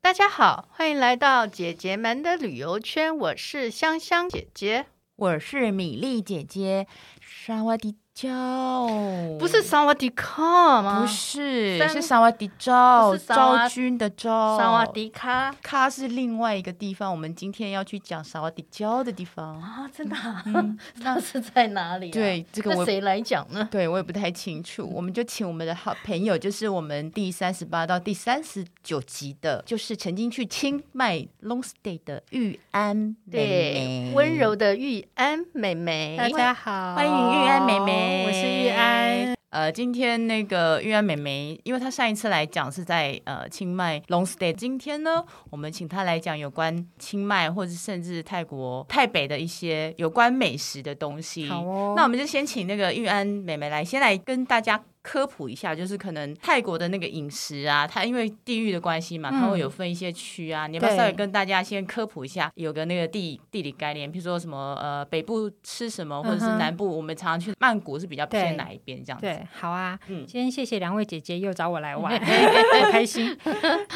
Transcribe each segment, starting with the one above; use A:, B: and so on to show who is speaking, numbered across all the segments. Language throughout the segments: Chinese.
A: 大家好，欢迎来到姐姐们的旅游圈，我是香香姐姐，
B: 我是米粒姐姐，沙瓦迪照，
A: 不是萨瓦迪卡吗？
B: 不是
A: 三
B: 是沙瓦迪照，
A: 不是萨瓦
B: 昭君的昭，
A: 萨瓦迪卡
B: 卡是另外一个地方，我们今天要去讲沙瓦迪照的地方。
A: 啊，真的、啊？
B: 嗯，
A: 那是在哪里、啊？
B: 对，这个
A: 那
B: 我
A: 谁来讲呢？
B: 对我也不太清楚，我们就请我们的好朋友，就是我们第三十八到第三十九集的，就是曾经去清迈 long stay 的玉安妹
A: 对
B: 妹，，
A: 温柔的玉安妹妹，
B: 大
A: 家好
B: 欢迎玉安妹妹，
A: 我是玉安。。
B: 呃，今天那个玉安妹妹，因为她上一次来讲是在呃清迈 long stay，今天呢，我们请她来讲有关清迈或者甚至泰国泰北的一些有关美食的东西。
A: 好哦
B: 那我们就先请那个玉安妹妹来，先来跟大家。科普一下，就是可能泰国的那个饮食啊，它因为地域的关系嘛，它会
C: 嗯
B: 有分一些区啊。你要不要
A: 对
B: 稍微跟大家先科普一下，有个那个地地理概念，比如说什么呃北部吃什么，或者是
C: 嗯哼
B: 南部，我们常常去曼谷是比较
C: 对
B: 偏哪一边这样子。
C: 对，好啊，
B: 嗯
C: 今天谢谢两位姐姐又找我来 玩，开心。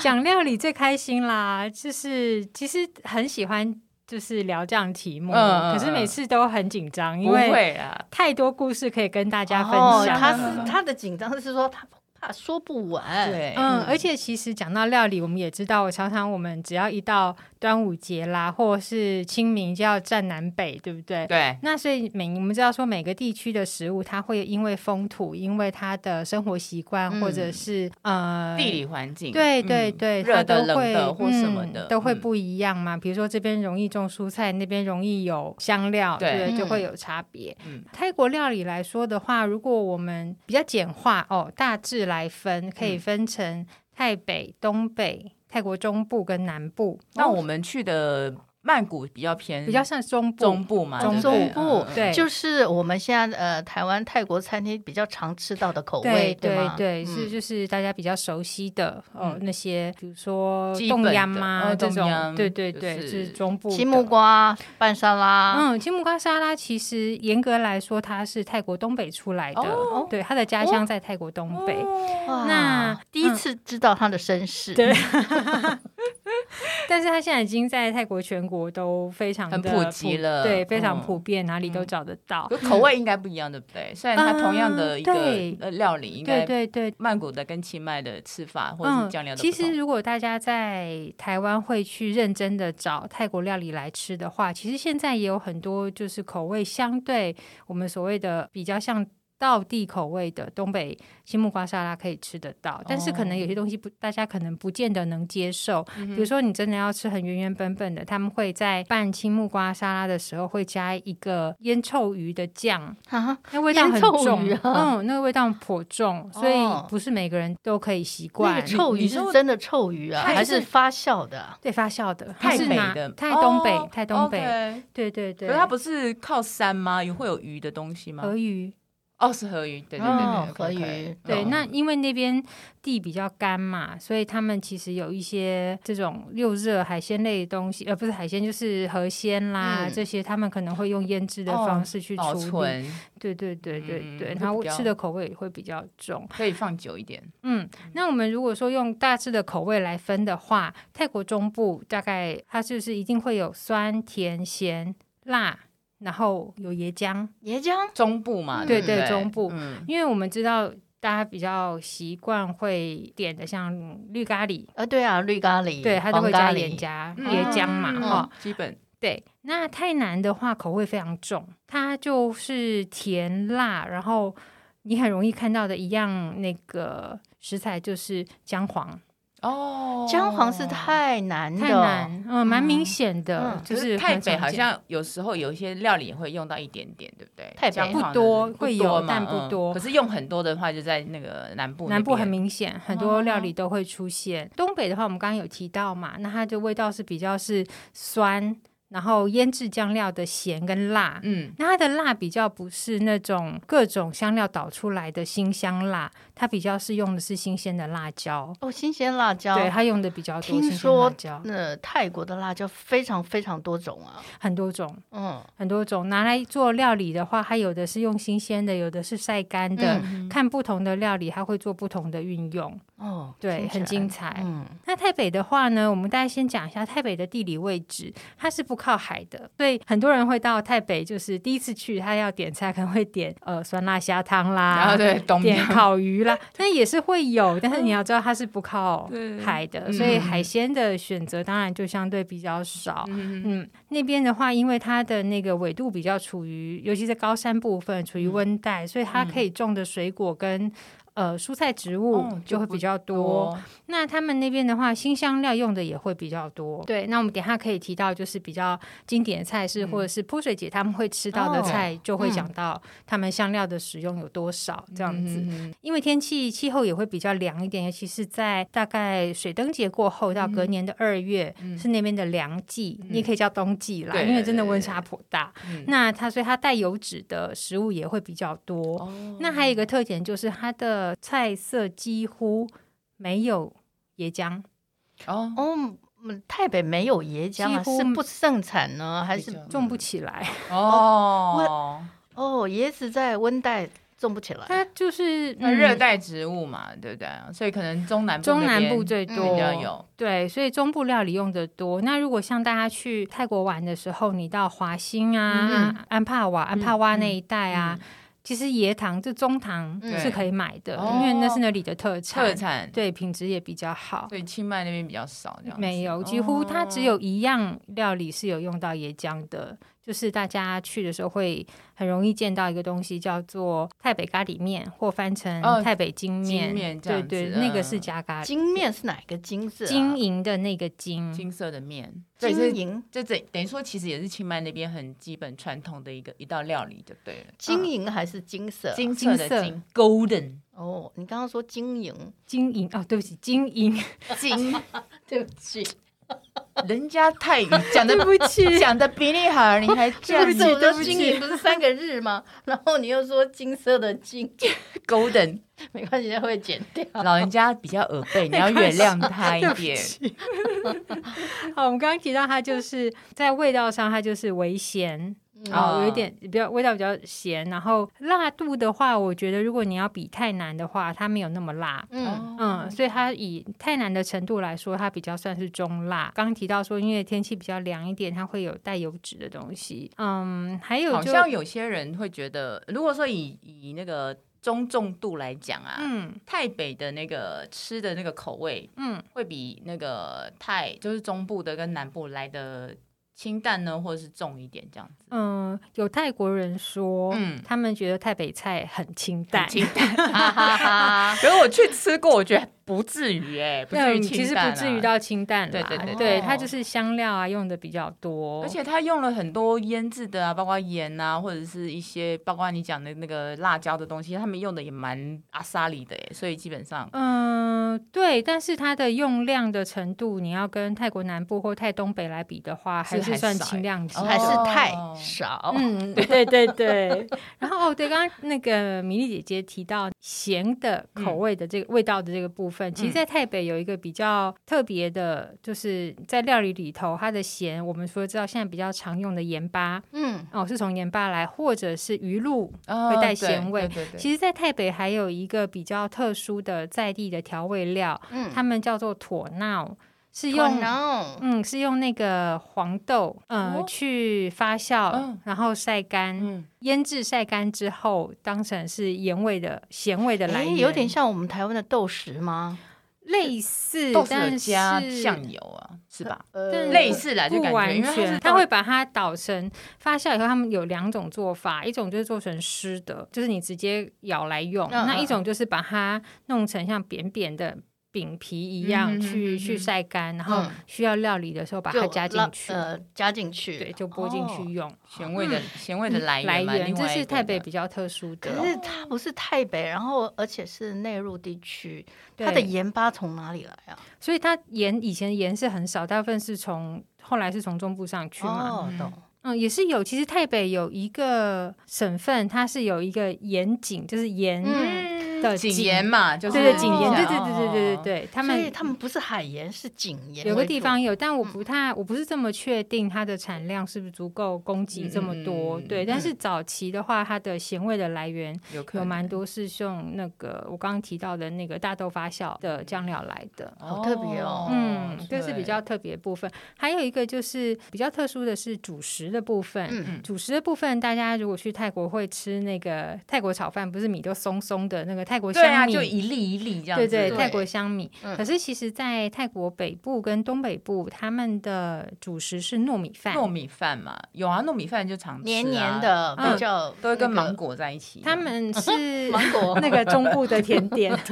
C: 讲料理最开心啦，就是其实很喜欢就是聊这样题目，
B: 嗯嗯嗯
C: 可是每次都很紧张，因
B: 不
C: 为
B: 会啊啦，
C: 太多故事可以跟大家分
A: 哦，
C: 享。
A: 他是他的紧张是说他怕说不完，，
B: 对，
C: 嗯，而且其实讲到料理，我们也知道，常常我们只要一到端午节啦，或者是清明就要站南北，对不对？
B: 对，
C: 那所以每我们知道说每个地区的食物，它会因为风土，因为它的生活习惯，
B: 嗯
C: 或者是呃
B: 地。理环境，
C: 对对
B: 嗯
C: 对，它
B: 热的、
C: 都会
B: 冷的或什么的
C: 嗯都会
B: 嗯
C: 不一样嘛。比如说这边容易种蔬菜，那边容易有香料，
B: 对
C: 对不对，就
A: 嗯
C: 会有差别。
B: 嗯
C: 泰国料理来说的话，如果我们比较简化哦，大致来分，可以
B: 嗯
C: 分成泰北、东北、泰国中部跟南部。
B: 那我们去的曼谷比较偏
C: 哦比较像中
B: 嗯
C: 部，
B: 中部嘛，对
C: 中
B: 不对
A: 部
B: 嗯嗯嗯
C: 对
A: 就是我们现在呃台湾泰国餐厅比较常吃到的口味，
C: 对对
A: 吗？
C: 对，
A: 嗯
C: 是就是大家比较熟悉的哦
B: 嗯，
C: 那些比如说
B: 基
C: 冻
B: 本
C: 阳
B: 的
C: 啊
B: 哦
C: 这
B: 冻
C: 种，
B: 阳
C: 对对对，
B: 就是
C: 是中部
A: 青木
C: 的。
A: 瓜拌沙拉，
B: 啊
C: 嗯，青木瓜沙拉其实严格来说，它是泰国东北出来的，
B: 哦
C: 对，它的家乡在泰国东北。
A: 哇
C: 嗯那嗯
A: 第一次知道他的身世，
C: 对但是它现在已经在泰国全国都非常
B: 很
C: 的
B: 普及了
C: 对，非常
B: 嗯
C: 普遍，哪里都找得到。
B: 可口味应该不一样，对不 对？虽然它同样的一个
C: 哦嗯对
B: 呃料理，应
C: 对
B: 该
C: 对对，
B: 曼谷的跟清迈的吃法或者
C: 嗯
B: 是酱料，的不
C: 其
B: 同，
C: 实如果大家在台湾会去认真的找泰国料理来吃的话，其实现在也有很多就是口味相对我们所谓的比较像。道地口味的东北青木瓜沙拉可以吃得到，但是可能有
B: 哦
C: 些东西不，大家可能不见得能接受。
B: 嗯
C: 比如说，你真的要吃很原原本本的，他们会在拌青木瓜沙拉的时候会加一个腌臭鱼的酱，
A: 啊，
C: 那味道很重
A: 腌臭鱼啊，
C: 嗯，那个味道颇重，所以
A: 哦
C: 不是每个人都可以习惯。
A: 那个臭鱼
B: 你
A: 是
B: 说
A: 真的臭鱼啊，
B: 泰式
A: 还是发酵的啊？
C: 对，发酵的，它
B: 泰
C: 是
B: 北
C: 拿
B: 的
C: 泰东北
B: 哦，
C: 泰东北，
B: OK
C: 对对对，
B: 可是它不是靠山吗？有会有鱼的东西吗？
C: 河鱼，
B: 哦，是河鱼，对对对
A: 哦
B: 对，
A: 河
B: OK，OK
A: 鱼
C: 对，
B: 嗯
C: 那因为那边地比较干嘛，所以他们其实有一些这种又热海鲜类的东西，呃，不是海鲜，就是河鲜啦、
A: 嗯
C: 这些，他们可能会用腌制的
B: 哦
C: 方式去
B: 保
C: 处理，
B: 存
C: 对对对对
B: 嗯
C: 对，
B: 会
C: 然后
B: 比较
C: 吃的口味也会比较重。
B: 可以放久一点，
C: 嗯，那我们如果说用大致的口味来分的话，泰国中部大概它就是一定会有酸、甜、咸、辣，然后有椰浆。
A: 椰浆
B: 中部嘛，
A: 嗯
B: 对
C: 对
B: 不
C: 对，中部，
B: 嗯，
C: 因为我们知道大家比较习惯会点的像绿咖喱，
A: 啊，对啊，绿咖喱，
C: 对，它都
A: 黄
C: 会
A: 咖
C: 加
A: 喱
C: 盐加
B: 嗯
C: 椰浆嘛，
A: 嗯
C: 哈、
B: 基本
C: 对，那太南的话口味非常重，它就是甜辣，然后你很容易看到的一样那个食材就是姜黄，
B: 哦
A: 姜黄是太难的，哦
C: 太南，嗯，蛮明显的，
A: 嗯
C: 就
B: 就是是泰
C: 蛮
B: 北
C: 常
B: 好
C: 见
B: 像有时候有一些料理也会用到一点点，对不对？
A: 泰北
B: 姜黄的
C: 不多
B: 不
C: 会有
B: 多嘛
C: 但不
B: 嗯
C: 多
B: 可是用很多的话，就在那个南部那边，
C: 南部很明显，很
A: 哦
C: 多料理都会出现。东北的话，我们刚刚有提到嘛，那它的味道是比较是酸。然后腌制酱料的咸跟辣。
B: 嗯，
C: 那它的辣比较不是那种各种香料捣出来的辛香辣，它比较是用的是新鲜的辣椒，
A: 哦，新鲜辣椒，
C: 对，它用的比较多
A: 听
C: 新鲜辣
A: 说
C: 椒，
A: 那泰国的辣椒非常非常多种啊，
C: 很多种。
A: 嗯，
C: 很多种拿来做料理的话，它有的是用新鲜的，有的是晒干的，
A: 嗯
C: 看不同的料理，它会做不同的运用，
A: 哦，听
C: 对，
A: 起
C: 很
A: 来
C: 精，彩。
A: 嗯，
C: 那台北的话呢，我们大家先讲一下台北的地理位置，它是不靠海的，所以很多人会到台北，就是第一次去，他要点菜可能会点呃酸辣虾 汤啦，
B: 然后啊对东
C: 嗯 点
B: 边
C: 烤 鱼啦，那也是会有，但是你要知道它是不靠
B: 对
C: 海的，
B: 嗯
C: 所以海鲜的选择当然就相对比较少。
B: 嗯
C: 嗯，那边的话，因为它的那个纬度比较处于，尤其是高山部分处于
B: 嗯
C: 温带，所以它可以种的水果跟呃蔬菜植物
B: 哦
C: 就
B: 就
C: 会
B: 不
C: 比较多。
B: 多
C: 那他们那边的话，新香料用的也会比较多。对，那我们等一下可以提到，就是比较经典的菜式，或者是泼水节他们会吃到的
A: 哦
C: 菜，就
A: 嗯
C: 会讲到他们香料的使用有多少这
B: 这
C: 样
B: 样
C: 子。
B: 子，
C: 因为天气气候也会比较凉一点，尤其是在大概水灯节过后到隔年的二月、是那边的凉季，你也可以叫冬季啦，
B: 对
C: 因为真的温差颇大。
B: 嗯
C: 那它所以它带油脂的食物也会比较多。
B: 哦
C: 那还有一个特点就是它的菜色几乎没有椰浆，
B: 哦，
A: 哦，嗯台北没有椰浆啊，
C: 几乎
A: 是不盛产呢，还
B: 比
A: 是
B: 较
C: 种不起来。
B: 哦，
A: 哦，椰子在温带种不起来？
C: 它就是
B: 那热、带植物嘛，对不对？所以可能中南
C: 嗯
B: 部
C: 中
B: 那
C: 南
B: 边
C: 部最
A: 嗯
C: 多
B: 比较有，
C: 对，所以中部料理用的多。那如果像大家去泰国玩的时候，你到华兴
B: 嗯
C: 啊、安帕瓦、安帕瓦那一带啊，其实椰糖就中糖
A: 嗯
C: 是可以买
B: 对
C: 的，
B: 哦
C: 因为那是那里的特产，
B: 特产，
C: 对品质也比较好。
B: 所以清迈那边比较少，这样子哦
C: 没有，几乎它只有一样料理是有用到椰浆的，就是大家去的时候会很容易见到一个东西，叫做太北咖喱面，或翻成
B: 哦
C: 太北精面。
B: 精面这
C: 对
B: 样子
C: 对，那个是
B: 嗯
C: 加咖喱。
A: 啊金面是哪个金字、啊？
C: 晶莹的那个晶，
B: 金哦色的面，对，
A: 金
B: 是
A: 银，
B: 这等等于说，其实也是清迈那边很基本传统的一个一道料理，就对了。
A: 金银还是金色？
B: 嗯
A: 啊
B: 金色
C: 金
B: 的
C: 色
B: 金，golden
A: 哦，你刚刚说金银，
C: 金银哦，对不起，金银，
B: 金，
A: 对不起，
B: 人家泰语讲的
C: 对不起，
B: 讲的比你好，你还这样
A: 不是
B: 子
A: 我
C: 对
A: 说
C: 不起
A: 金银不是三个日吗？然后你又说金色的金，
B: golden，
A: 没关系，会剪掉。
B: 老人家比较耳背，你要原谅他一点。
C: 好，我们刚刚提到它就是在味道上，它就是微咸。
A: 嗯
C: 哦，
B: 啊
C: 有一点比较味道比较咸，然后辣度的话，我觉得如果你要比太南的话，它没有那么辣，
A: 嗯，
C: 嗯，所以它以太南的程度来说，它比较算是中辣。刚刚提到说，因为天气比较凉一点，它会有带油脂的东西，嗯，还有
B: 好
C: 就
B: 像有些人会觉得，如果说以以那个中重度来讲啊，
C: 嗯
B: 泰北的那个吃的那个口味
C: 嗯
B: 会比那个泰就是中部的跟南部来的清淡呢，或者是重一点这样子。
C: 嗯，有泰国人说，
B: 嗯
C: 他们觉得太北菜很清淡，
B: 清淡，
A: 哈哈哈。
B: 可是我去吃过，我觉得不至于 哎、不至于
C: 嗯其
B: 清
C: 实
B: 淡、啊，
C: 不至于。到清淡啦，
B: 对对对哦
A: 对
C: 它就是香料啊用的比较多，
B: 而且它用了很多腌制的啊，包括盐啊，或者是一些包括你讲的那个辣椒的东西，他们用的也蛮阿萨里的耶，所以基本上
C: 嗯、对，但是它的用量的程度，你要跟泰国南部或泰东北来比的话，
B: 是
C: 还是
B: 还
C: 算
B: 少
C: 轻
B: 欸
C: 量级。
B: 哦
A: 还是太少。
C: 嗯，对对对。然后哦，对，刚刚那个米粒姐姐提到咸的口味的这个、味道的这个部
B: 嗯
C: 分，其实，在台北有一个比较特别的，就是在料理里头，它的咸，我们说知道现在比较常用的盐巴
A: 嗯，
C: 哦，是从盐巴来，或者是鱼露
B: 会
C: 带咸味
B: 呃对对对
C: 其实，在台北还有一个比较特殊的在地的调味料，
A: 嗯
C: 他们叫做妥闹，是
A: 可
C: 用
A: 能
C: 嗯是用那个黄豆呃、
B: 哦
C: 去发酵，
B: 嗯
C: 然后晒干、
B: 嗯，
C: 腌制晒干之后，当成是盐味的咸味的来
A: 哎，
C: 源，
A: 有点像我们台湾的豆豉吗？
C: 类似，
B: 豆
C: 但
B: 豉有加
C: 是
B: 酱油啊，是吧？
A: 呃
C: 但
B: 类似啦，就
C: 不
B: 感觉
C: 完
B: 因为它
C: 全，
B: 是
C: 它会把它捣成发酵以后，他们有两种做法，一种就是做成湿的，就是你直接舀来用；
A: 嗯
C: 那
A: 嗯
C: 一种就是把它弄成像扁扁的饼皮一样
B: 嗯哼
C: 去、
B: 嗯哼
C: 去晒干，然后
A: 嗯
C: 需要料理的时候把它
A: 就
C: 加进
A: 拉
C: 去，
A: 呃，加进去。
C: 对，就拨进去
B: 哦
C: 用。
B: 咸味的咸味的来
C: 嗯来
B: 源嘛，
C: 源
B: 另
C: 这
B: 外一
C: 是
B: 个
C: 台北
B: 的
C: 比较特殊的，
A: 可是它不是太北，然后而且是内陆地区，它的
C: 对
A: 盐巴从哪里来啊？
C: 所以它盐以前盐是很少，大部分是从后来是从中部上去嘛。
A: 哦，懂。
C: 嗯，也是有。其实台北有一个省份，它是有一个盐井，就是盐
A: 嗯
C: 的
B: 景盐嘛，就
C: 对
B: 是
A: 哦
C: 对井盐，对对
B: 哦
C: 对对对对对，他
A: 所以
C: 们
A: 他们不是海盐，是井盐为主。嗯
C: 有个地方有，但我不太，我不是这么确定它的产量是不是足够供给这么
B: 嗯
C: 多。
B: 嗯嗯
C: 对，
B: 嗯
C: 但是早期的话，它的咸味的来源
B: 有可
C: 有
B: 能
C: 蛮多是用那个我刚刚提到的那个大豆发酵的酱料来的。
A: 好特别哦
C: 嗯，这是比
B: 对
C: 较特别的部分。还有一个就是比较特殊的是主食的部分。
A: 嗯
C: 主食的部分，大家如果去泰国会吃那个泰国炒饭，不是米都松松的那个泰国
B: 对啊，
C: 香
B: 就
C: 米。
B: 一粒一粒这样
C: 对
B: 子，
C: 对，
A: 对
C: 泰国香米。
A: 嗯
C: 可是其实，在泰国北部跟东北部，他们的主食是糯米饭。
B: 糯米饭嘛，有啊，糯米饭就常吃啊
A: 黏黏，的，
C: 嗯
A: 比较
B: 都会跟
A: 那个
B: 芒果在一起。
C: 他们
B: 啊
C: 是
A: 芒果
C: 那个中部的甜点。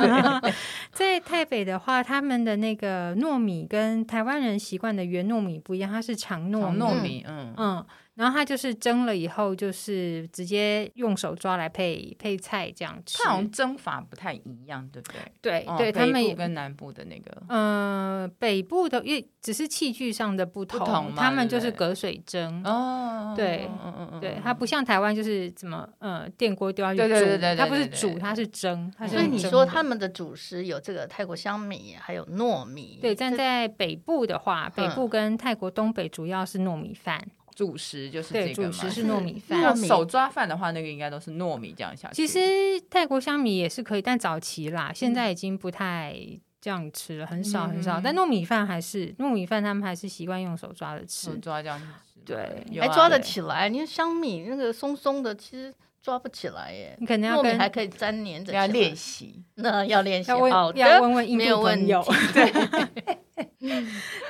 C: 在台北的话，他们的那个糯米跟台湾人习惯的圆糯米不一样，它是长糯
B: 糖
C: 米。
B: 糯米，嗯，
C: 嗯，然后它就是蒸了以后，就是直接用手抓来配配菜这样吃
B: 它。好像蒸法不太一样，对不对？
C: 对
B: 哦
C: 对，
B: 北
C: 他们
B: 部
C: 也
B: 跟南部的那个
C: 嗯、北部的因为只是器具上的不同，
B: 不同嘛
C: 他们就
B: 对
C: 是
B: 不对
C: 隔水蒸。
B: 哦，
C: 嗯对
B: 嗯嗯嗯，
C: 对
B: 嗯，
C: 它不像台湾就是怎么，呃，电锅丢下去
B: 对
C: 煮，
B: 对对对对
C: 它不是
B: 对嗯对
C: 煮，
B: 对
C: 它是蒸，它是
A: 所以
C: 用
A: 你
C: 蒸
A: 说
C: 的
A: 他们的主食有这个泰国香米，还有糯米，
C: 对，但
A: 这
C: 在北部的话，北
A: 嗯
C: 部跟泰国东北主要是糯米饭，
B: 主食就是
C: 对，
B: 这个
C: 主
B: 嘛。
C: 食是 糯米
A: 糯
C: 饭。
B: 像
A: 米
B: 手抓饭的话，那个应该都是糯米这样下去。
C: 其实泰国香米也是可以，但早期啦，现在已经不太这样吃了，很少很少。
B: 嗯
C: 但糯米饭还是糯米饭，他们还是习惯用手抓着吃
B: 手。抓这样子，
C: 对
B: 有啊
A: 还抓得
B: 对
A: 起来。你看香米那个松松的，其实抓不起来耶。
C: 你可能要
A: 糯米
C: 跟
A: 还可以粘黏着，
B: 要练，习。
A: 那要练习。
C: 要
A: 好
C: 问要
A: 的，
C: 问问印
A: 没有
C: 度
A: 问
C: 朋
A: 题
C: 友。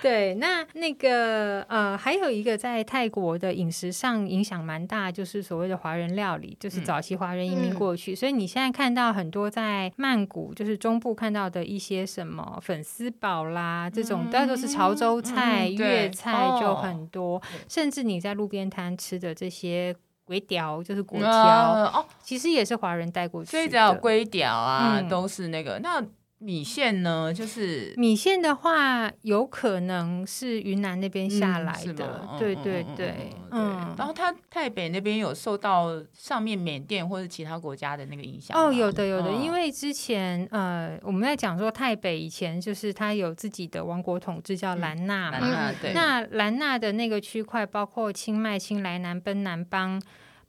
C: 对，那那个呃，还有一个在泰国的饮食上影响蛮大，就是所谓的华人料理，就是
B: 嗯
C: 早期华人移民
A: 嗯
C: 过去，所以你现在看到很多在曼谷，就是中部看到的一些什么粉丝煲啦，这种大家都是潮州
B: 嗯
C: 菜、
B: 嗯
C: 粤
B: 对
C: 菜就
A: 哦
C: 很多，甚至你在路边摊吃的这些。粿条就是粿条，
B: 啊哦，
C: 其实也是华人带过去的。
B: 所以只要有龟屌啊，
C: 嗯
B: 都是那个。那米线呢，就是
C: 米线的话，有可能是云南那边下来
B: 是
C: 的，
B: 吗嗯
C: 对
B: 嗯
C: 对
B: 嗯
C: 对，
B: 嗯。然后它台北那边有受到上面缅甸或者其他国家的那个影响
C: 哦，
B: 吗
C: 有的有的，
B: 嗯
C: 因为之前呃，我们在讲说泰北以前就是它有自己的王国统治叫
B: 嗯
C: 兰纳嘛，
B: 南纳
A: 嗯
B: 对
C: 那兰纳的那个区块包括清迈、清莱南、奔南邦、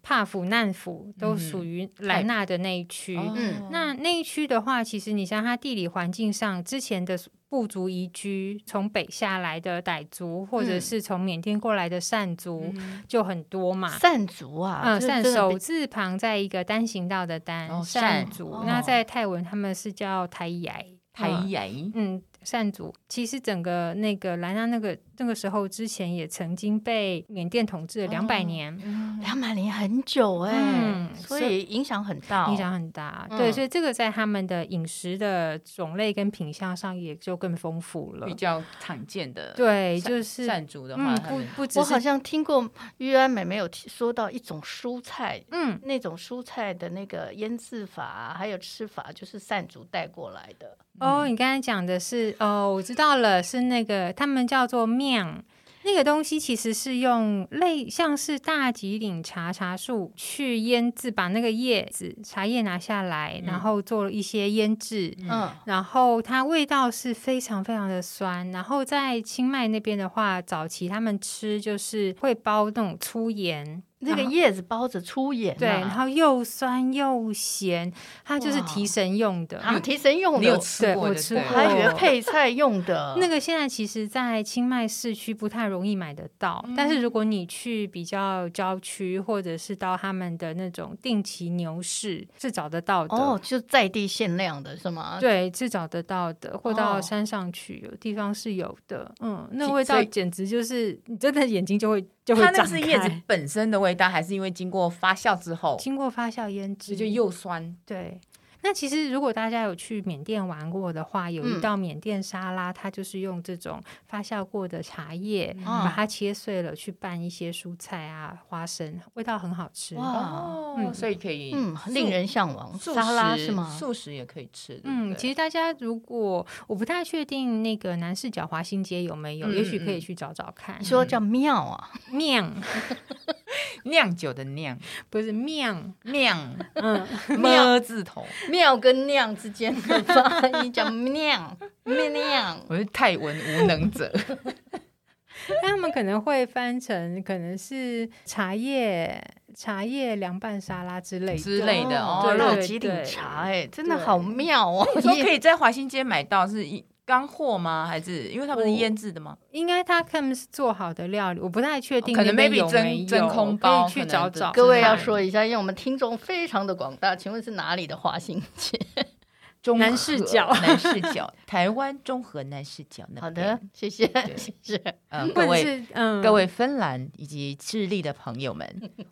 C: 帕府、难府，都
B: 嗯哦
C: 属于
B: 泰
C: 兰纳的那一区。
A: 嗯
C: 那那一区的话，其实你像它地理环境上，之前的部族移居，从北下来的傣族，或者
A: 嗯
C: 是从缅甸过来的善族，就很多嘛。
A: 善族啊，
C: 嗯，
A: 这
C: 善
A: 真的
C: 手
A: 比
C: 字旁在一个单行道的单，
B: 哦
C: 善
B: 善
C: 族。
B: 哦
C: 那在泰文他们是叫台雅，
B: 台
C: 嗯
B: 盐
C: 嗯，善族其实整个那个兰纳那个那个时候之前也曾经被缅甸统治了两百
B: 哦
C: 年，
A: 两百年很久哎、
C: 嗯
A: 所以影响很大、哦。
C: 影响很大，
A: 嗯
C: 对，所以这个在他们的饮食的种类跟品相上也就更丰富了
B: 比。较常见的，，
C: 对，
B: 善
C: 就是
B: 善竹的话，
C: 嗯，
B: 它
C: 不
B: 们
C: 不只
A: 我好
C: 是
A: 像听过玉安妹妹有提说到一种蔬菜，
C: 嗯，
A: 那种蔬菜的那个腌制法，啊还有吃法，就是善族带过来的。
C: 哦，你刚才讲的是哦，我知道了，是那个他们叫做面。那个东西其实是用类像是大吉岭茶茶树去腌制，把那个叶子茶叶拿下来，然
B: 嗯
C: 后做了一些腌制，
A: 嗯，
C: 然后它味道是非常非常的酸。然后在清迈那边的话，早期他们吃就是会包那种粗盐，
A: 那个
C: 然后
A: 叶子包着粗盐、啊
C: 对，然后又酸又咸，它就是提
A: 哇
C: 神用的。
A: 啊，提神用
B: 你有
A: 的，
B: 吃
C: 对
B: 过
C: 我
B: 的？
C: 吃
B: 对
C: 过
A: 还以为配菜用的。
C: 那个现在其实，在清迈市区不太容易买得到，
B: 嗯
C: 但是如果你去比较郊区，或者是到他们的那种定期牛市，是找得到的。
A: 哦，就在地限量的是
B: 啊
A: 吗？
C: 对，是找得到的，或到
A: 哦
C: 山上去，有地方是有的。嗯，那
B: 所以
C: 味道简直就是，你真的眼睛就会就会
B: 它那
C: 张开。
B: 个是叶子本身的味道，还是因为经过发酵之后，
C: 经过发酵腌
B: 所
C: 制，
B: 以就又酸？
C: 对。那其实如果大家有去缅甸玩过的话，有一
A: 嗯
C: 道缅甸沙拉，它就是用这种发酵过的茶叶，
A: 嗯
B: 哦
C: 把它切碎了去拌一些蔬菜啊、花生，味道很好吃。
B: 哇，
C: 嗯
B: 哦所以可以，
A: 嗯，
B: 素
A: 令人向往。
B: 素
A: 沙拉
B: 食
A: 是吗？
B: 素食也可以吃，
C: 嗯，其
B: 实
C: 实大家如果我不太确定那个南市角华新街有没有，
B: 嗯
C: 也许可
B: 嗯
C: 以去找找看
A: 你。说叫妙啊，
C: 酿
B: 酿酒的酿
C: 不是酿，
B: 酿
C: 嗯，
B: 么字头，
A: 妙跟酿之间的发音叫 酿酿。
B: 我是泰文无能者。
C: 但他们可能会翻成可能是茶叶、茶叶凉拌沙拉之类 的
B: 之类的哦
A: 对
C: 对
A: 老
C: 对
A: 吉岭
C: 对
A: 茶，哎，真的
C: 对
A: 好妙哦！
B: 你说可以在华新街买到是一干货吗？还是因为它不是腌制的吗？
C: 应该他看是做好的料理，我不太确定
B: 可
C: 那
B: 能
C: 边
B: maybe
C: 有
B: 真
C: 没有，
B: 真空包
C: 可以
B: 可
C: 去
B: 能
C: 找
B: 不
C: 找。
B: 知
A: 各位要
B: 道
A: 说一下，因为我们听众非常的广大，请问是哪里的华新街？
B: 中
C: 南
B: 和
C: 视角
B: 南视角，台湾中和南视角那边。
A: 好的，，谢谢，谢谢。
B: 呃，
C: 或
B: 各
C: 者
B: 位
C: 是嗯，
B: 各位芬兰以及智利的朋友 们，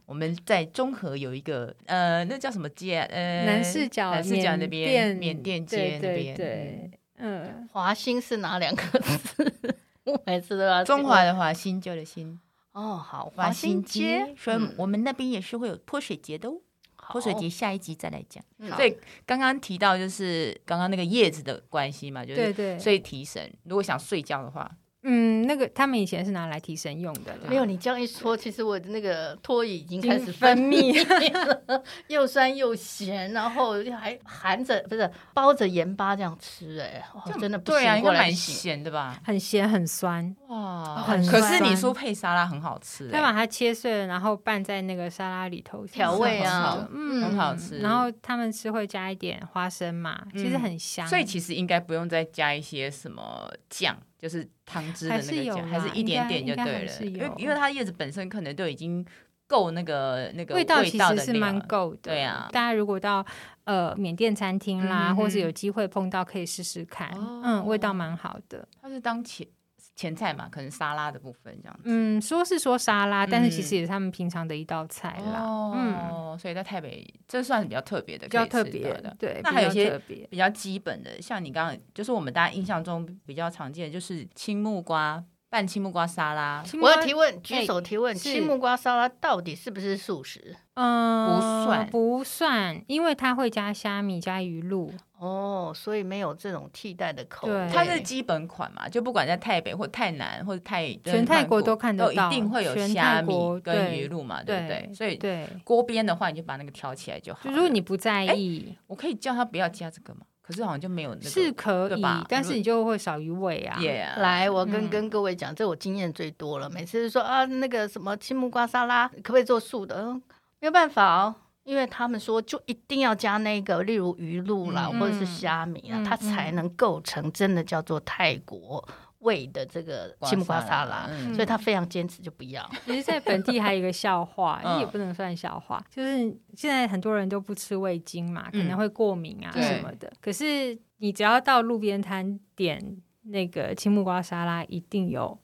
B: 我们在中和有一个呃，那叫什么街啊？呃，
C: 南视角、
B: 南视角那边，缅甸街
C: 对
B: 那
C: 对
B: 边，
C: 对，嗯，
A: 华兴是哪两个字？ 我每次都要
B: 嗯中华的华，新旧的新，
A: 哦，好，
B: 华
A: 华
B: 新
A: 新街
B: 街，，所以
A: 嗯
B: 我们那边也是会有泼水节的哦。
A: 好
B: 泼水节下一集再来讲。
A: 嗯
B: 所以刚刚提到就是刚刚那个叶子的关系嘛，就
C: 对
B: 是
C: 对，
B: 所以提神。如果想睡觉的话，
C: 嗯，那个他们以前是拿来提神用的啦，
A: 没有你这样一说，其实我的那个唾液已经
C: 已
A: 开
C: 经
A: 始
C: 分
A: 分
C: 泌
A: 泌 了，又酸又咸，然后还含着不是包着盐巴这样吃，哎，哦真的不
B: 对啊，
A: 行，
B: 应
A: 过
B: 该
A: 来
B: 蛮
A: 不行。
B: 咸的吧？
C: 很咸很酸，
B: 哇，
C: 很
B: 可是
C: 酸
B: 你说配沙拉很好吃、
C: 再
B: 欸，
C: 把它切碎了，然后拌在那个沙拉里头
A: 调味啊，
C: 嗯，
B: 很好吃
C: 然后他们吃会加一点花生嘛，其实很
B: 嗯
C: 香。
B: 所以其实应该不用再加一些什么酱，就是汤汁的
C: 还
B: 那
C: 是
B: 个
C: 有
B: 酱，还
C: 啦
B: 是一点点就
C: 应该
B: 对
C: 应该还
B: 了。
C: 是
B: 因为
C: 有
B: 因为它叶子本身可能都已经够那个那个
C: 味
B: 道
C: 道
B: 的
C: 其实是
B: 料
C: 蛮
B: 了
C: 够的，
B: 对啊
C: 大家如果到呃缅甸餐厅
B: 嗯
C: 啦，
B: 哼
C: 或是有机会碰到，可以试试看
B: 哦，
C: 嗯，味道蛮好的。
B: 它是当前前菜嘛，可能沙拉的部分这样子。
C: 嗯，说是说沙拉，但是其实
B: 嗯
C: 也是他们平常的一道菜啦，
B: 哦，所以在台北这算是比较特别的，
C: 比较
B: 可以
C: 特
B: 吃
C: 别
B: 到的。
C: 对，
B: 那
C: 比
B: 还有
C: 较
B: 一些
C: 特别，
B: 比较基本的，像你刚刚就是我们大家印象中比较常见的就是青木瓜拌青木瓜沙拉，
C: 青
A: 我
C: 蛙
A: 要提问，举手提问，
C: 是
A: 青木瓜沙拉到底是不是素食？
C: 嗯，
B: 不算
C: 不算，因为它会加虾米、加鱼露，
A: 哦，所以没有这种替代的口味
C: 对。
B: 它是基本款嘛，就不管在泰北或泰南或者呃泰
C: 全泰国都看得
B: 都一
C: 到，
B: 定会有
C: 全
B: 虾
C: 泰
B: 米
C: 国
B: 跟
C: 对
B: 鱼露嘛，对
C: 对
B: 不对？所以
C: 对。
B: 锅边的话，你就把那个挑起来就好
C: 就
B: 了。
C: 如果你不在
B: 哎
C: 意，
B: 我可以叫他不要加这个嘛，可是好像就没有那个
C: 是可
B: 对
C: 以
B: 吧，
C: 但
B: 如
C: 是你就会少一味啊。
B: 耶、
A: 来，我跟
C: 嗯
A: 跟各位讲，这我经验最多了。每次就说啊，那个什么青木瓜沙拉可不可以做素的？嗯没有办法哦，因为他们说就一定要加那个，例如鱼露啦，
B: 嗯
A: 或者是虾米啊，
C: 嗯
A: 它才能构成真的叫做泰国味的这个
B: 瓜
A: 青木瓜沙
B: 拉
A: 拉。
B: 嗯，
A: 所以他非常坚持就不要。
C: 其实，在本地还有一个笑话
B: 嗯
C: 也不能算笑话，就是现在很多人都不吃味精嘛，可
B: 嗯
C: 能会过敏啊
B: 对
C: 什么的。可是你只要到路边摊点那个青木瓜沙拉，一定有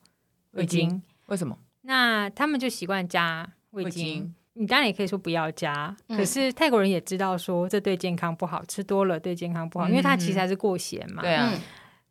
B: 味精，为什么
C: 那他们就习惯加味
B: 味
C: 精。
B: 精？
C: 你当然也可以说不要加，
A: 嗯
C: 可是泰国人也知道说这对健康不好，吃多了对健康不好，因为它其实还是过咸嘛，
B: 嗯对啊，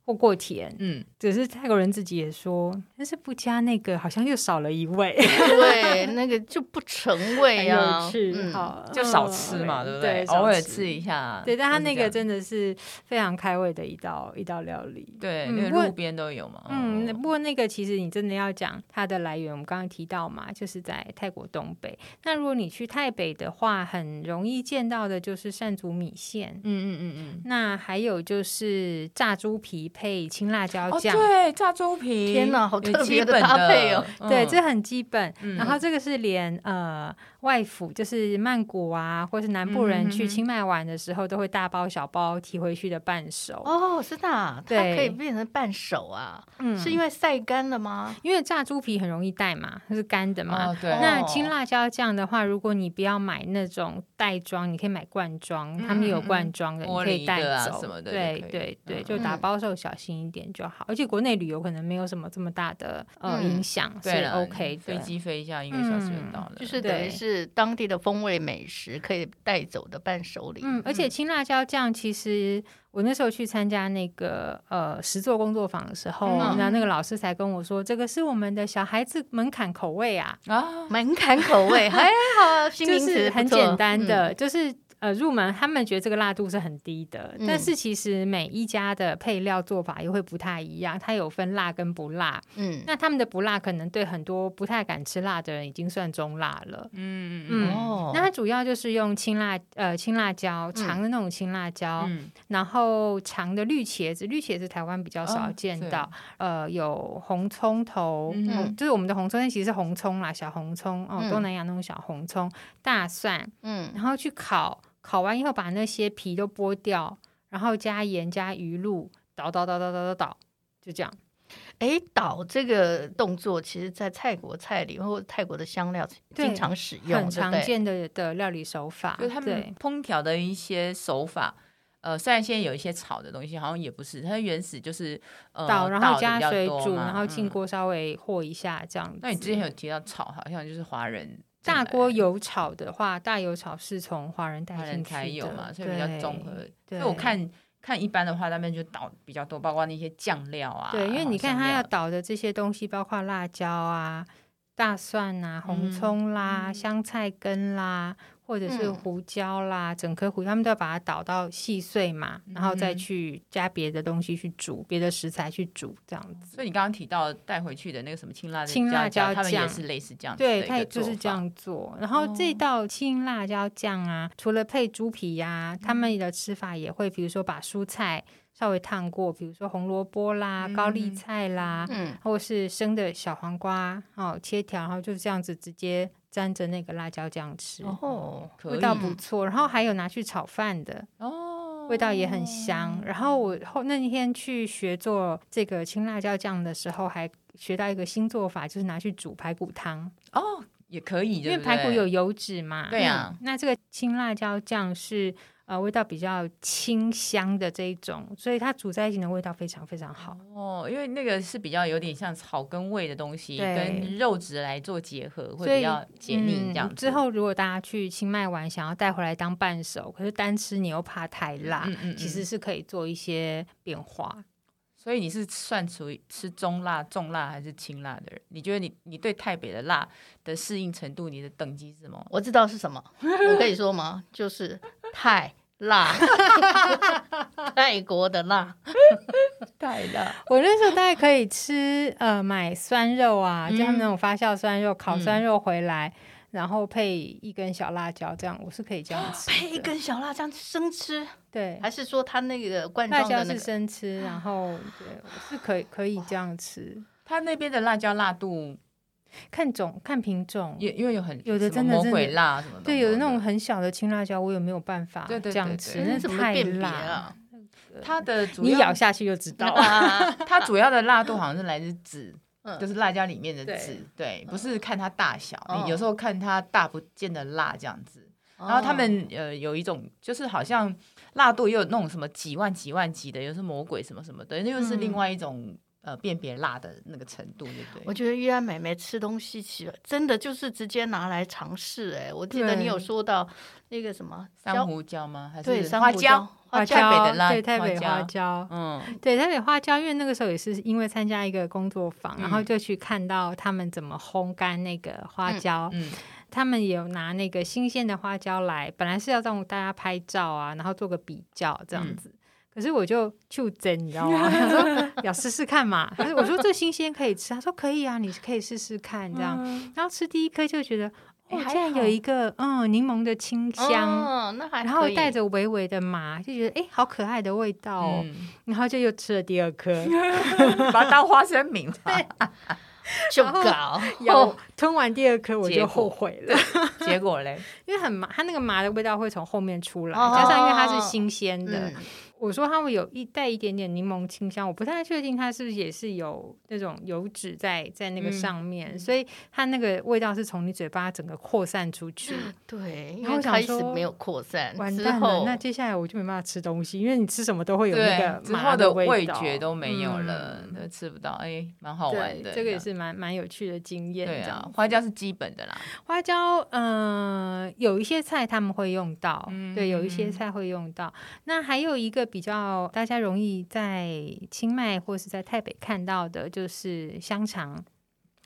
C: 或过甜。
B: 嗯，
C: 只是泰国人自己也说，但是不加那个好像又少了一味，
A: 嗯对，那个就不成味啊。
C: 有趣。
A: 嗯
C: 哎好，
B: 哎就少吃嘛，
C: 嗯
B: 对不
C: 对？
B: 偶尔。
C: 少
B: 吃一下。
C: 对，但它
B: 都是
C: 那
B: 这
C: 个
B: 样
C: 真的是非常开胃的一道一道料理。
B: 对，
C: 嗯
B: 那
C: 不过
B: 个路边都有嘛。
C: 嗯，那
B: 哦
C: 不过那个其实你真的要讲它的来源，我们刚刚提到嘛，就是在泰国东北。那如果你去泰北的话，很容易见到的就是山竹米线
B: 嗯，嗯嗯
C: 那还有就是炸猪皮配青辣椒
B: 嗯。哦，
C: 酱。
B: 对，炸猪皮，
A: 天哪好
B: 有
A: 特
B: 基
A: 别的
B: 本
A: 搭配哦
B: 嗯
C: 对，这很基本。
B: 嗯
C: 然后这个是连呃外府，就是曼谷啊，或是南部
B: 嗯哼
C: 人
B: 哼
C: 去清迈玩的时候，都会大包小包提回去的伴手。
A: 哦，是的啊，它
C: 对
A: 可以变成伴手啊，
C: 嗯
A: 是因为晒干了吗？
C: 因为炸猪皮很容易带嘛，它是干的嘛。
B: 哦，对，
C: 那青辣椒酱的话，如果你不要买那种袋装，你可以买罐装，
B: 嗯
C: 他们有
B: 嗯嗯
C: 罐装的，
B: 玻
C: 你可以
B: 璃
C: 带
B: 的啊
C: 走
B: 什么的就
C: 对
B: 可以
C: 对对，
B: 嗯
C: 就打包售小心一点就好。而且国内旅游可能没有什么这么大的呃、
A: 嗯
C: 影响，是
B: 对了
C: OK 的。嗯
B: 飞机飞一下一个小时就到了，
A: 就是等于
C: 对
A: 是当地的风味美食可以带走的伴手礼。
C: 嗯，而且青辣椒酱，其实我那时候去参加那个呃实作工作坊的时候，
A: 嗯
C: 然后那个老师才跟我说，这个是我们的小孩子门槛口味啊，
B: 啊，
A: 门槛口味还好，新
C: 就
A: 名词
C: 是很
A: 不错嗯
C: 简单的，就是。呃，入门他们觉得这个辣度是很低的，
A: 嗯
C: 但是其实每一家的配料做法又会不太一样，它有分辣跟不辣。
A: 嗯，
C: 那他们的不辣可能对很多不太敢吃辣的人已经算中辣了。
B: 嗯
A: 嗯
B: 嗯
A: 哦嗯
C: 那它主要就是用青辣呃青辣椒长的那种青辣椒，
B: 嗯，
C: 然后长的绿茄子，绿茄子台湾比较少
B: 哦
C: 见
B: 对
C: 到，呃，有红葱头，
B: 嗯
C: 就是我们的红葱，但其实是红葱啦，小红葱哦，
A: 嗯
C: 东南亚那种小红葱，大蒜，
A: 嗯
C: 然后去烤，烤完以后把那些皮都剥掉，然后加盐加鱼露，捣捣捣捣捣捣捣，就这样。
A: 哎，倒这个动作，其实在泰国菜里或者泰国的香料
C: 对
A: 经常使用，对
C: 很
A: 不
C: 常
A: 对
C: 见的的料理手法，
B: 就他们
C: 对，
B: 烹调的一些手法。呃，虽然现在有一些炒的东西，好像也不是，它原始就是呃
C: 倒然
B: 倒
C: 后
B: 得
C: 加
B: 比较
C: 水
B: 多
C: 煮，
B: 嘛
C: 然后进
B: 嗯
C: 锅稍微和一下这样子。
B: 那你之前有提到炒，好像就是华人
C: 大
B: 进来
C: 锅油炒的话，大油炒是从华人带
B: 华人
C: 进去
B: 才有
C: 的
B: 嘛，所以比较综合。。所
C: 对
B: 以我看看一般的话，那边就倒比较多，包括那些酱料啊。
C: 对，对因为你看
B: 好像
C: 它要
B: 料
C: 倒的这些东西，包括辣椒啊、大蒜啊、红
B: 嗯
C: 葱啦、香菜根啦，或者是
A: 嗯
C: 胡椒啦，整颗胡椒，他们都要把它捣到细碎嘛，然后再
B: 嗯
C: 去加别的东西去煮，别的食材去煮这样子。
B: 所以你刚刚提到带回去的那个什么青辣
C: 青辣椒
B: 椒，他们也
C: 酱
B: 是类似这样子的一
C: 对，
B: 个
C: 它也就
B: 做
C: 是这
B: 法。
C: 样做。然后这
B: 哦
C: 道青辣椒酱啊，除了配猪皮呀、
B: 嗯
C: 他们的吃法也会，比如说把蔬菜稍微烫过，比如说红萝卜啦、高丽
B: 嗯
C: 菜啦，
A: 嗯，
C: 或是生的小黄瓜哦，切条，然后就这样子直接沾着那个辣椒酱吃。
A: 哦，
B: 可
C: 味
B: 以
C: 道不错，然后还有拿去炒饭的
B: 哦，
C: 味道也很香。然后我后那天去学做这个青辣椒酱的时候，还学到一个新做法，就是拿去煮排骨汤。
B: 哦，也可以，
C: 因为
B: 对不
C: 排骨
B: 对
C: 有油脂嘛。
B: 对啊
C: 嗯那这个青辣椒酱是呃味道比较清香的这一种，所以它煮在一起的味道非常非常好。
B: 哦，因为那个是比较有点像草根味的东西，
C: 对
B: 跟肉质来做结合，会
C: 所以
B: 比
C: 嗯
B: 较解腻这样子。
C: 之后如果大家去清迈玩，想要带回来当伴手，可是单吃你又怕太辣，
B: 嗯嗯嗯
C: 其实是可以做一些 变化。
B: 所以你是算属于吃中辣、重辣还是轻辣的人？你觉得你你对台北的辣的适应程度，你的等级是什么？
A: 我知道是什 么，我可以说吗？就是太 辣，泰国的 辣，
B: 太辣，
C: 我那时候大概可以吃呃买酸肉啊，就他们那种发酵酸肉、烤
B: 嗯
C: 酸肉回来，然后配一根小辣椒，这样我是可以这
B: 哦
C: 样吃的。
A: 配一根哎小辣酱生吃，
C: 对，
A: 还是说它那个罐
C: 辣
A: 装
C: 椒
A: 的那
C: 是
A: 个？
C: 生吃，然
B: 啊
C: 后对，我是可以可以这样吃，
B: 他那边的辣椒辣度
C: 看种看品种，
B: 也因为有很
C: 有的
B: 什么
C: 真的
B: 魔
C: 真的
B: 鬼辣什么的，
C: 对，有的那种很小的青辣椒，我也没有办法
B: 对对对
C: 这样
B: 对
C: 吃，
B: 对
C: 那
A: 嗯怎么
C: 太
A: 辨别
C: 辣，
A: 啊？
B: 它的主
C: 你
B: 要
C: 咬下去就知 道。
A: 啊
B: 它主要的辣度好像是来自籽，
A: 嗯
B: 就是辣椒里面的籽，对，不
C: 嗯
B: 是看它大小，你有时候看它大不见得辣这样子。然后他
C: 哦
B: 们呃有一种就是好像辣度也有那种什么几万几万级的，又是魔鬼什么什么的，那又是
C: 嗯
B: 另外一种、呃辨别辣的那个程度，对不
A: 我
B: 对？
A: 觉得玉安妹妹吃东西起来真的就是直接拿来尝试。哎，我记得你有
C: 对
A: 说到那个什么
B: 珊
A: 椒
B: 瑚椒吗？还
A: 对
B: 是
A: 珊
B: 花
A: 瑚
B: 椒？
A: 花
B: 椒哦台北的辣
C: 对台北
B: 花椒
C: 花椒，
B: 嗯，
C: 对台北花椒，因为那个时候也是因为参加一个工作坊，然后
B: 嗯
C: 就去看到他们怎么烘干那个花
A: 嗯
C: 椒，
B: 嗯，
C: 他们有拿那个新鲜的花椒来，本来是要让大家拍照啊，然后做个比较这
B: 嗯
C: 样子。可是我就就真，你知道 吗？他说要试试看嘛。他说我说这新鲜可以吃，他说可以啊，你可以试试看这样。然后吃第一颗就觉得，
B: 嗯哎
C: 哦，
B: 还
C: 竟然有
B: 好
C: 一个嗯柠檬的清香，
A: 哦，那还
C: 然后
A: 可以
C: 带着微微的麻，就觉得哎好可爱的味道哦。
B: 嗯
C: 然后就又吃了第二 颗，
B: 把它当花生米 嘛，
A: 就
C: 然后
A: 搞哦
C: 有吞完第二颗我
B: 结
C: 就
B: 果
C: 后悔了。
B: 结果嘞，
C: 因为很麻，它那个麻的味道会从后面出来，
A: 哦
C: 加上因为它是新鲜的，
A: 嗯
C: 我说它会有一带一点点柠檬清香，我不太确定它是不是也是有那种油脂在在那个
B: 嗯
C: 上面，所以它那个味道是从你嘴巴整个扩散出去。
A: 对，因
C: 然后
A: 为
C: 我想
A: 开始
C: 说
A: 没有扩散，
C: 完
A: 嗯之
C: 蛋了
A: 后，
C: 那接下来我就没办法吃东西，因为你吃什么都会有那
B: 对
C: 个，
B: 之
C: 麻
B: 后的
C: 味
B: 味
C: 道
B: 觉都没有了，
C: 嗯
B: 都吃不到，哎，蛮好玩
C: 对
B: 的。
C: 这个也是蛮蛮有趣的经验。
B: 对
C: 这
B: 啊
C: 样，
B: 花椒是基本的啦。
C: 花椒，嗯、有一些菜他们会用到，
B: 嗯
C: 对，有一些菜会用到。那还有一个比较大家容易在清迈或是在台北看到的，就是香肠，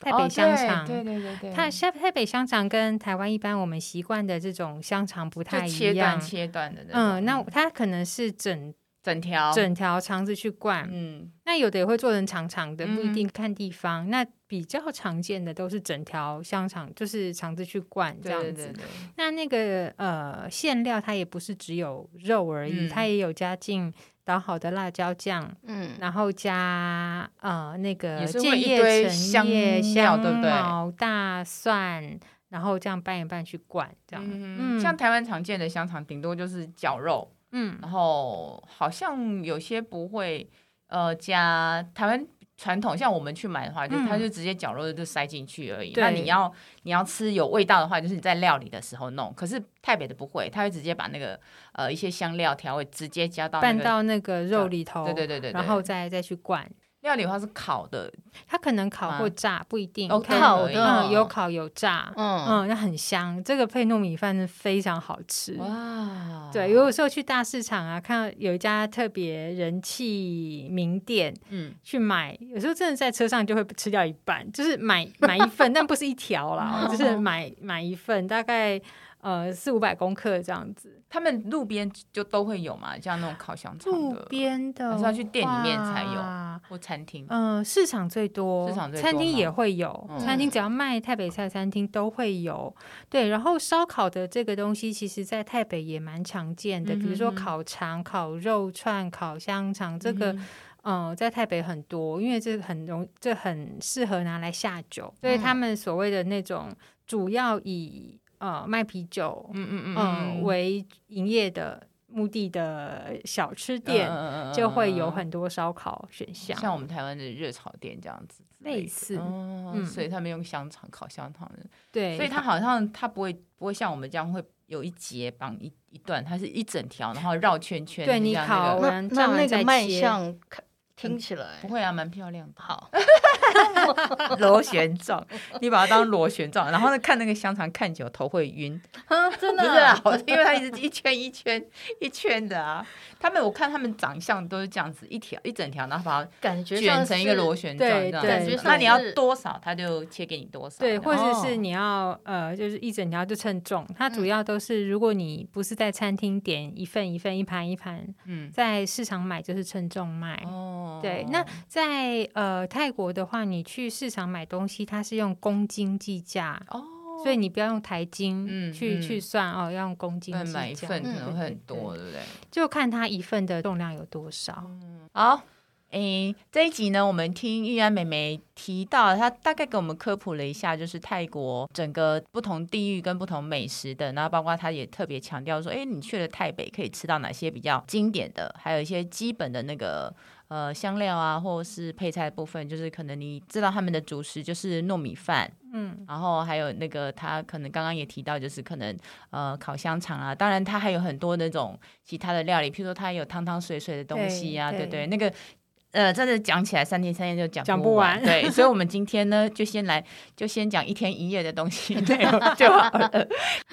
C: 台北香肠。
B: 哦对对对对，
C: 它像台北香肠跟台湾一般我们习惯的这种香肠不
B: 就
C: 太
B: 切
C: 一
B: 断
C: 样，
B: 切断的那种，
C: 嗯，那它可能是整
B: 整条，
C: 整条肠子去灌，
B: 嗯，
C: 那有的也会做成长长的，
B: 嗯
C: 不一定看地方。那比较常见的都是整条香肠，就是肠子去灌这
B: 对
C: 样子。
B: 对对对，
C: 那那个呃馅料，它也不是只有肉而已，
B: 嗯
C: 它也有加进捣好的辣椒酱，
A: 嗯，
C: 然后加呃那个
B: 也是会
C: 建
B: 一
C: 叶、
B: 堆
C: 橙叶、
B: 香料
C: 香
B: 对不对
C: 茅、大蒜，然后这样拌一拌去灌，这样。
B: 嗯，像台湾常见的香肠，顶多就是绞肉，
C: 嗯
B: 然后好像有些不会，呃，加台湾传统，像我们去买的话，就
C: 嗯
B: 它就直接绞肉就塞进去而已。
C: 对
B: 那你要你要吃有味道的话，就是你在料理的时候弄。可是台北的不会，它会直接把那个呃一些香料调味直接加到那
C: 拌
B: 个，
C: 到那个肉里头，
B: 对对对对对，
C: 然后再再去灌。
B: 料理的话是烤的，
C: 它可能烤
B: 啊
C: 或炸，不一定。
B: 哦
C: 看
A: 烤
B: 可以
A: 的
C: 嗯，有烤有炸，
A: 嗯，
C: 嗯，那很香。这个配糯米饭是非常好吃。
B: 哇，
C: 嗯对，有时候去大市场啊，看到有一家特别人气名店
B: 嗯，
C: 去买，有时候真的在车上就会吃掉一半，就是买买一份，但不是一 条啦，就是买买一份，大概呃四五百公克这样子。
B: 他们路边就都会有嘛，像那种烤香肠
C: 路
B: 的
C: 边的
B: 还是要去店里面才有
C: 话
B: 或餐厅，
C: 嗯，市场最多，
B: 市场最多
C: 餐厅
B: 吗
C: 也会有，
B: 嗯
C: 餐厅只要卖台北菜，餐厅都会有。对，然后烧烤的这个东西，其实在台北也蛮常见的，
B: 嗯哼
C: 比如说
B: 哼
C: 烤肠、烤肉串、烤香肠，这个
B: 嗯
C: 嗯、呃在台北很多，因为这很容，这很适合拿来下酒，所以他
B: 嗯
C: 们所谓的那种主要以呃卖啤酒
B: 嗯嗯嗯
C: 嗯、
B: 嗯，
C: 为营业的目的的小吃
B: 嗯
C: 店。
B: 嗯嗯嗯
C: 就会有
B: 嗯
C: 很多烧烤选项，
B: 像我们台湾的热炒店这样子之类的，
C: 类似
B: 哦
C: 嗯
B: 所以他们用香肠烤香肠的，
C: 对，
B: 嗯所以它好像它不会不会像我们这样会有一节绑一一段，它是一整条，然后绕圈圈，
C: 对你
B: 这样那
C: 烤
B: 个
C: 偶
A: 那
C: 然
A: 那
C: 炸完
A: 那
C: 再
A: 个卖
C: 切
A: 相看听起来
B: 不会啊，蛮漂亮的。
A: 好，
B: 螺旋状，你把它当螺旋状，然后呢看那个香肠看久头会晕，
A: 真
B: 不
A: 的
B: 是啊，我因为它一直一圈一圈一圈的啊。他们我看他们长相都是这样子，一条一整条，然后把它
A: 感觉
B: 卷
A: 上
B: 成一
A: 是
B: 个螺旋状
C: 对
B: 这样
C: 对
B: 子
C: 感觉
B: 那
A: 上
B: 你要
A: 是
B: 多少，他就切给你多少。
C: 对，
B: 这
C: 或
B: 样
C: 者
B: 哦
C: 是你要、呃，就是一整条就称重。它
B: 嗯
C: 主要都是，如果你不是在餐厅点一份一份、一盘一盘，
B: 嗯
C: 在市场买就是称重卖。
B: 哦
C: 对，那在呃泰国的话，你去市场买东西，它是用公斤计价，
B: 哦，
C: 所以你不要用台斤
B: 嗯
C: 去、
B: 嗯
C: 去算哦，要用公斤
B: 那
C: 计
B: 买一
C: 价
B: 份可
A: 嗯
B: 能会很多，哦对不对？
C: 就看它一份的重量有多少。
B: 好，诶，这一集呢，我们听玉安妹妹提到，她大概给我们科普了一下，就是泰国整个不同地域跟不同美食的，然后包括她也特别强调说，诶，你去了泰北可以吃到哪些比较经典的，还有一些基本的那个。呃，香料啊，或是配菜的部分，就是可能你知道他们的主食就是糯米饭，
C: 嗯，
B: 然后还有那个他可能刚刚也提到，就是可能呃烤香肠啊，当然它还有很多那种其他的料理，譬如说它有汤汤水水的东西啊，
C: 对
B: 对
C: 对
B: 对，那个。呃，真的讲起来三天三夜就讲
C: 讲不
B: 不
C: 完
B: 对，所以我们今天呢就先来就先讲一天一夜的东西 内容就好了。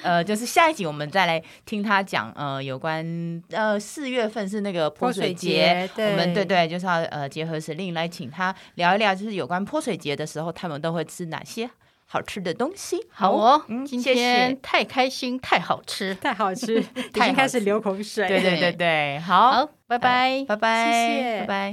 B: 呃，就是下一集我们再来听他讲呃有关呃四月份是那个泼水节，
C: 对，
B: 我们对对，就是要呃结合时令来请他聊一聊，就是有关泼水节的时候，他们都会吃哪些好吃的东西。
A: 好哦
B: 嗯，
A: 今
B: 谢谢
A: 天太开心，太好吃，
C: 太好吃，已
B: 太
C: 经
B: 好
C: 开始
B: 吃
C: 流口水。
B: 对对对对，好，呃
A: 好，拜拜。
B: 拜拜，
C: 谢谢
B: 拜拜。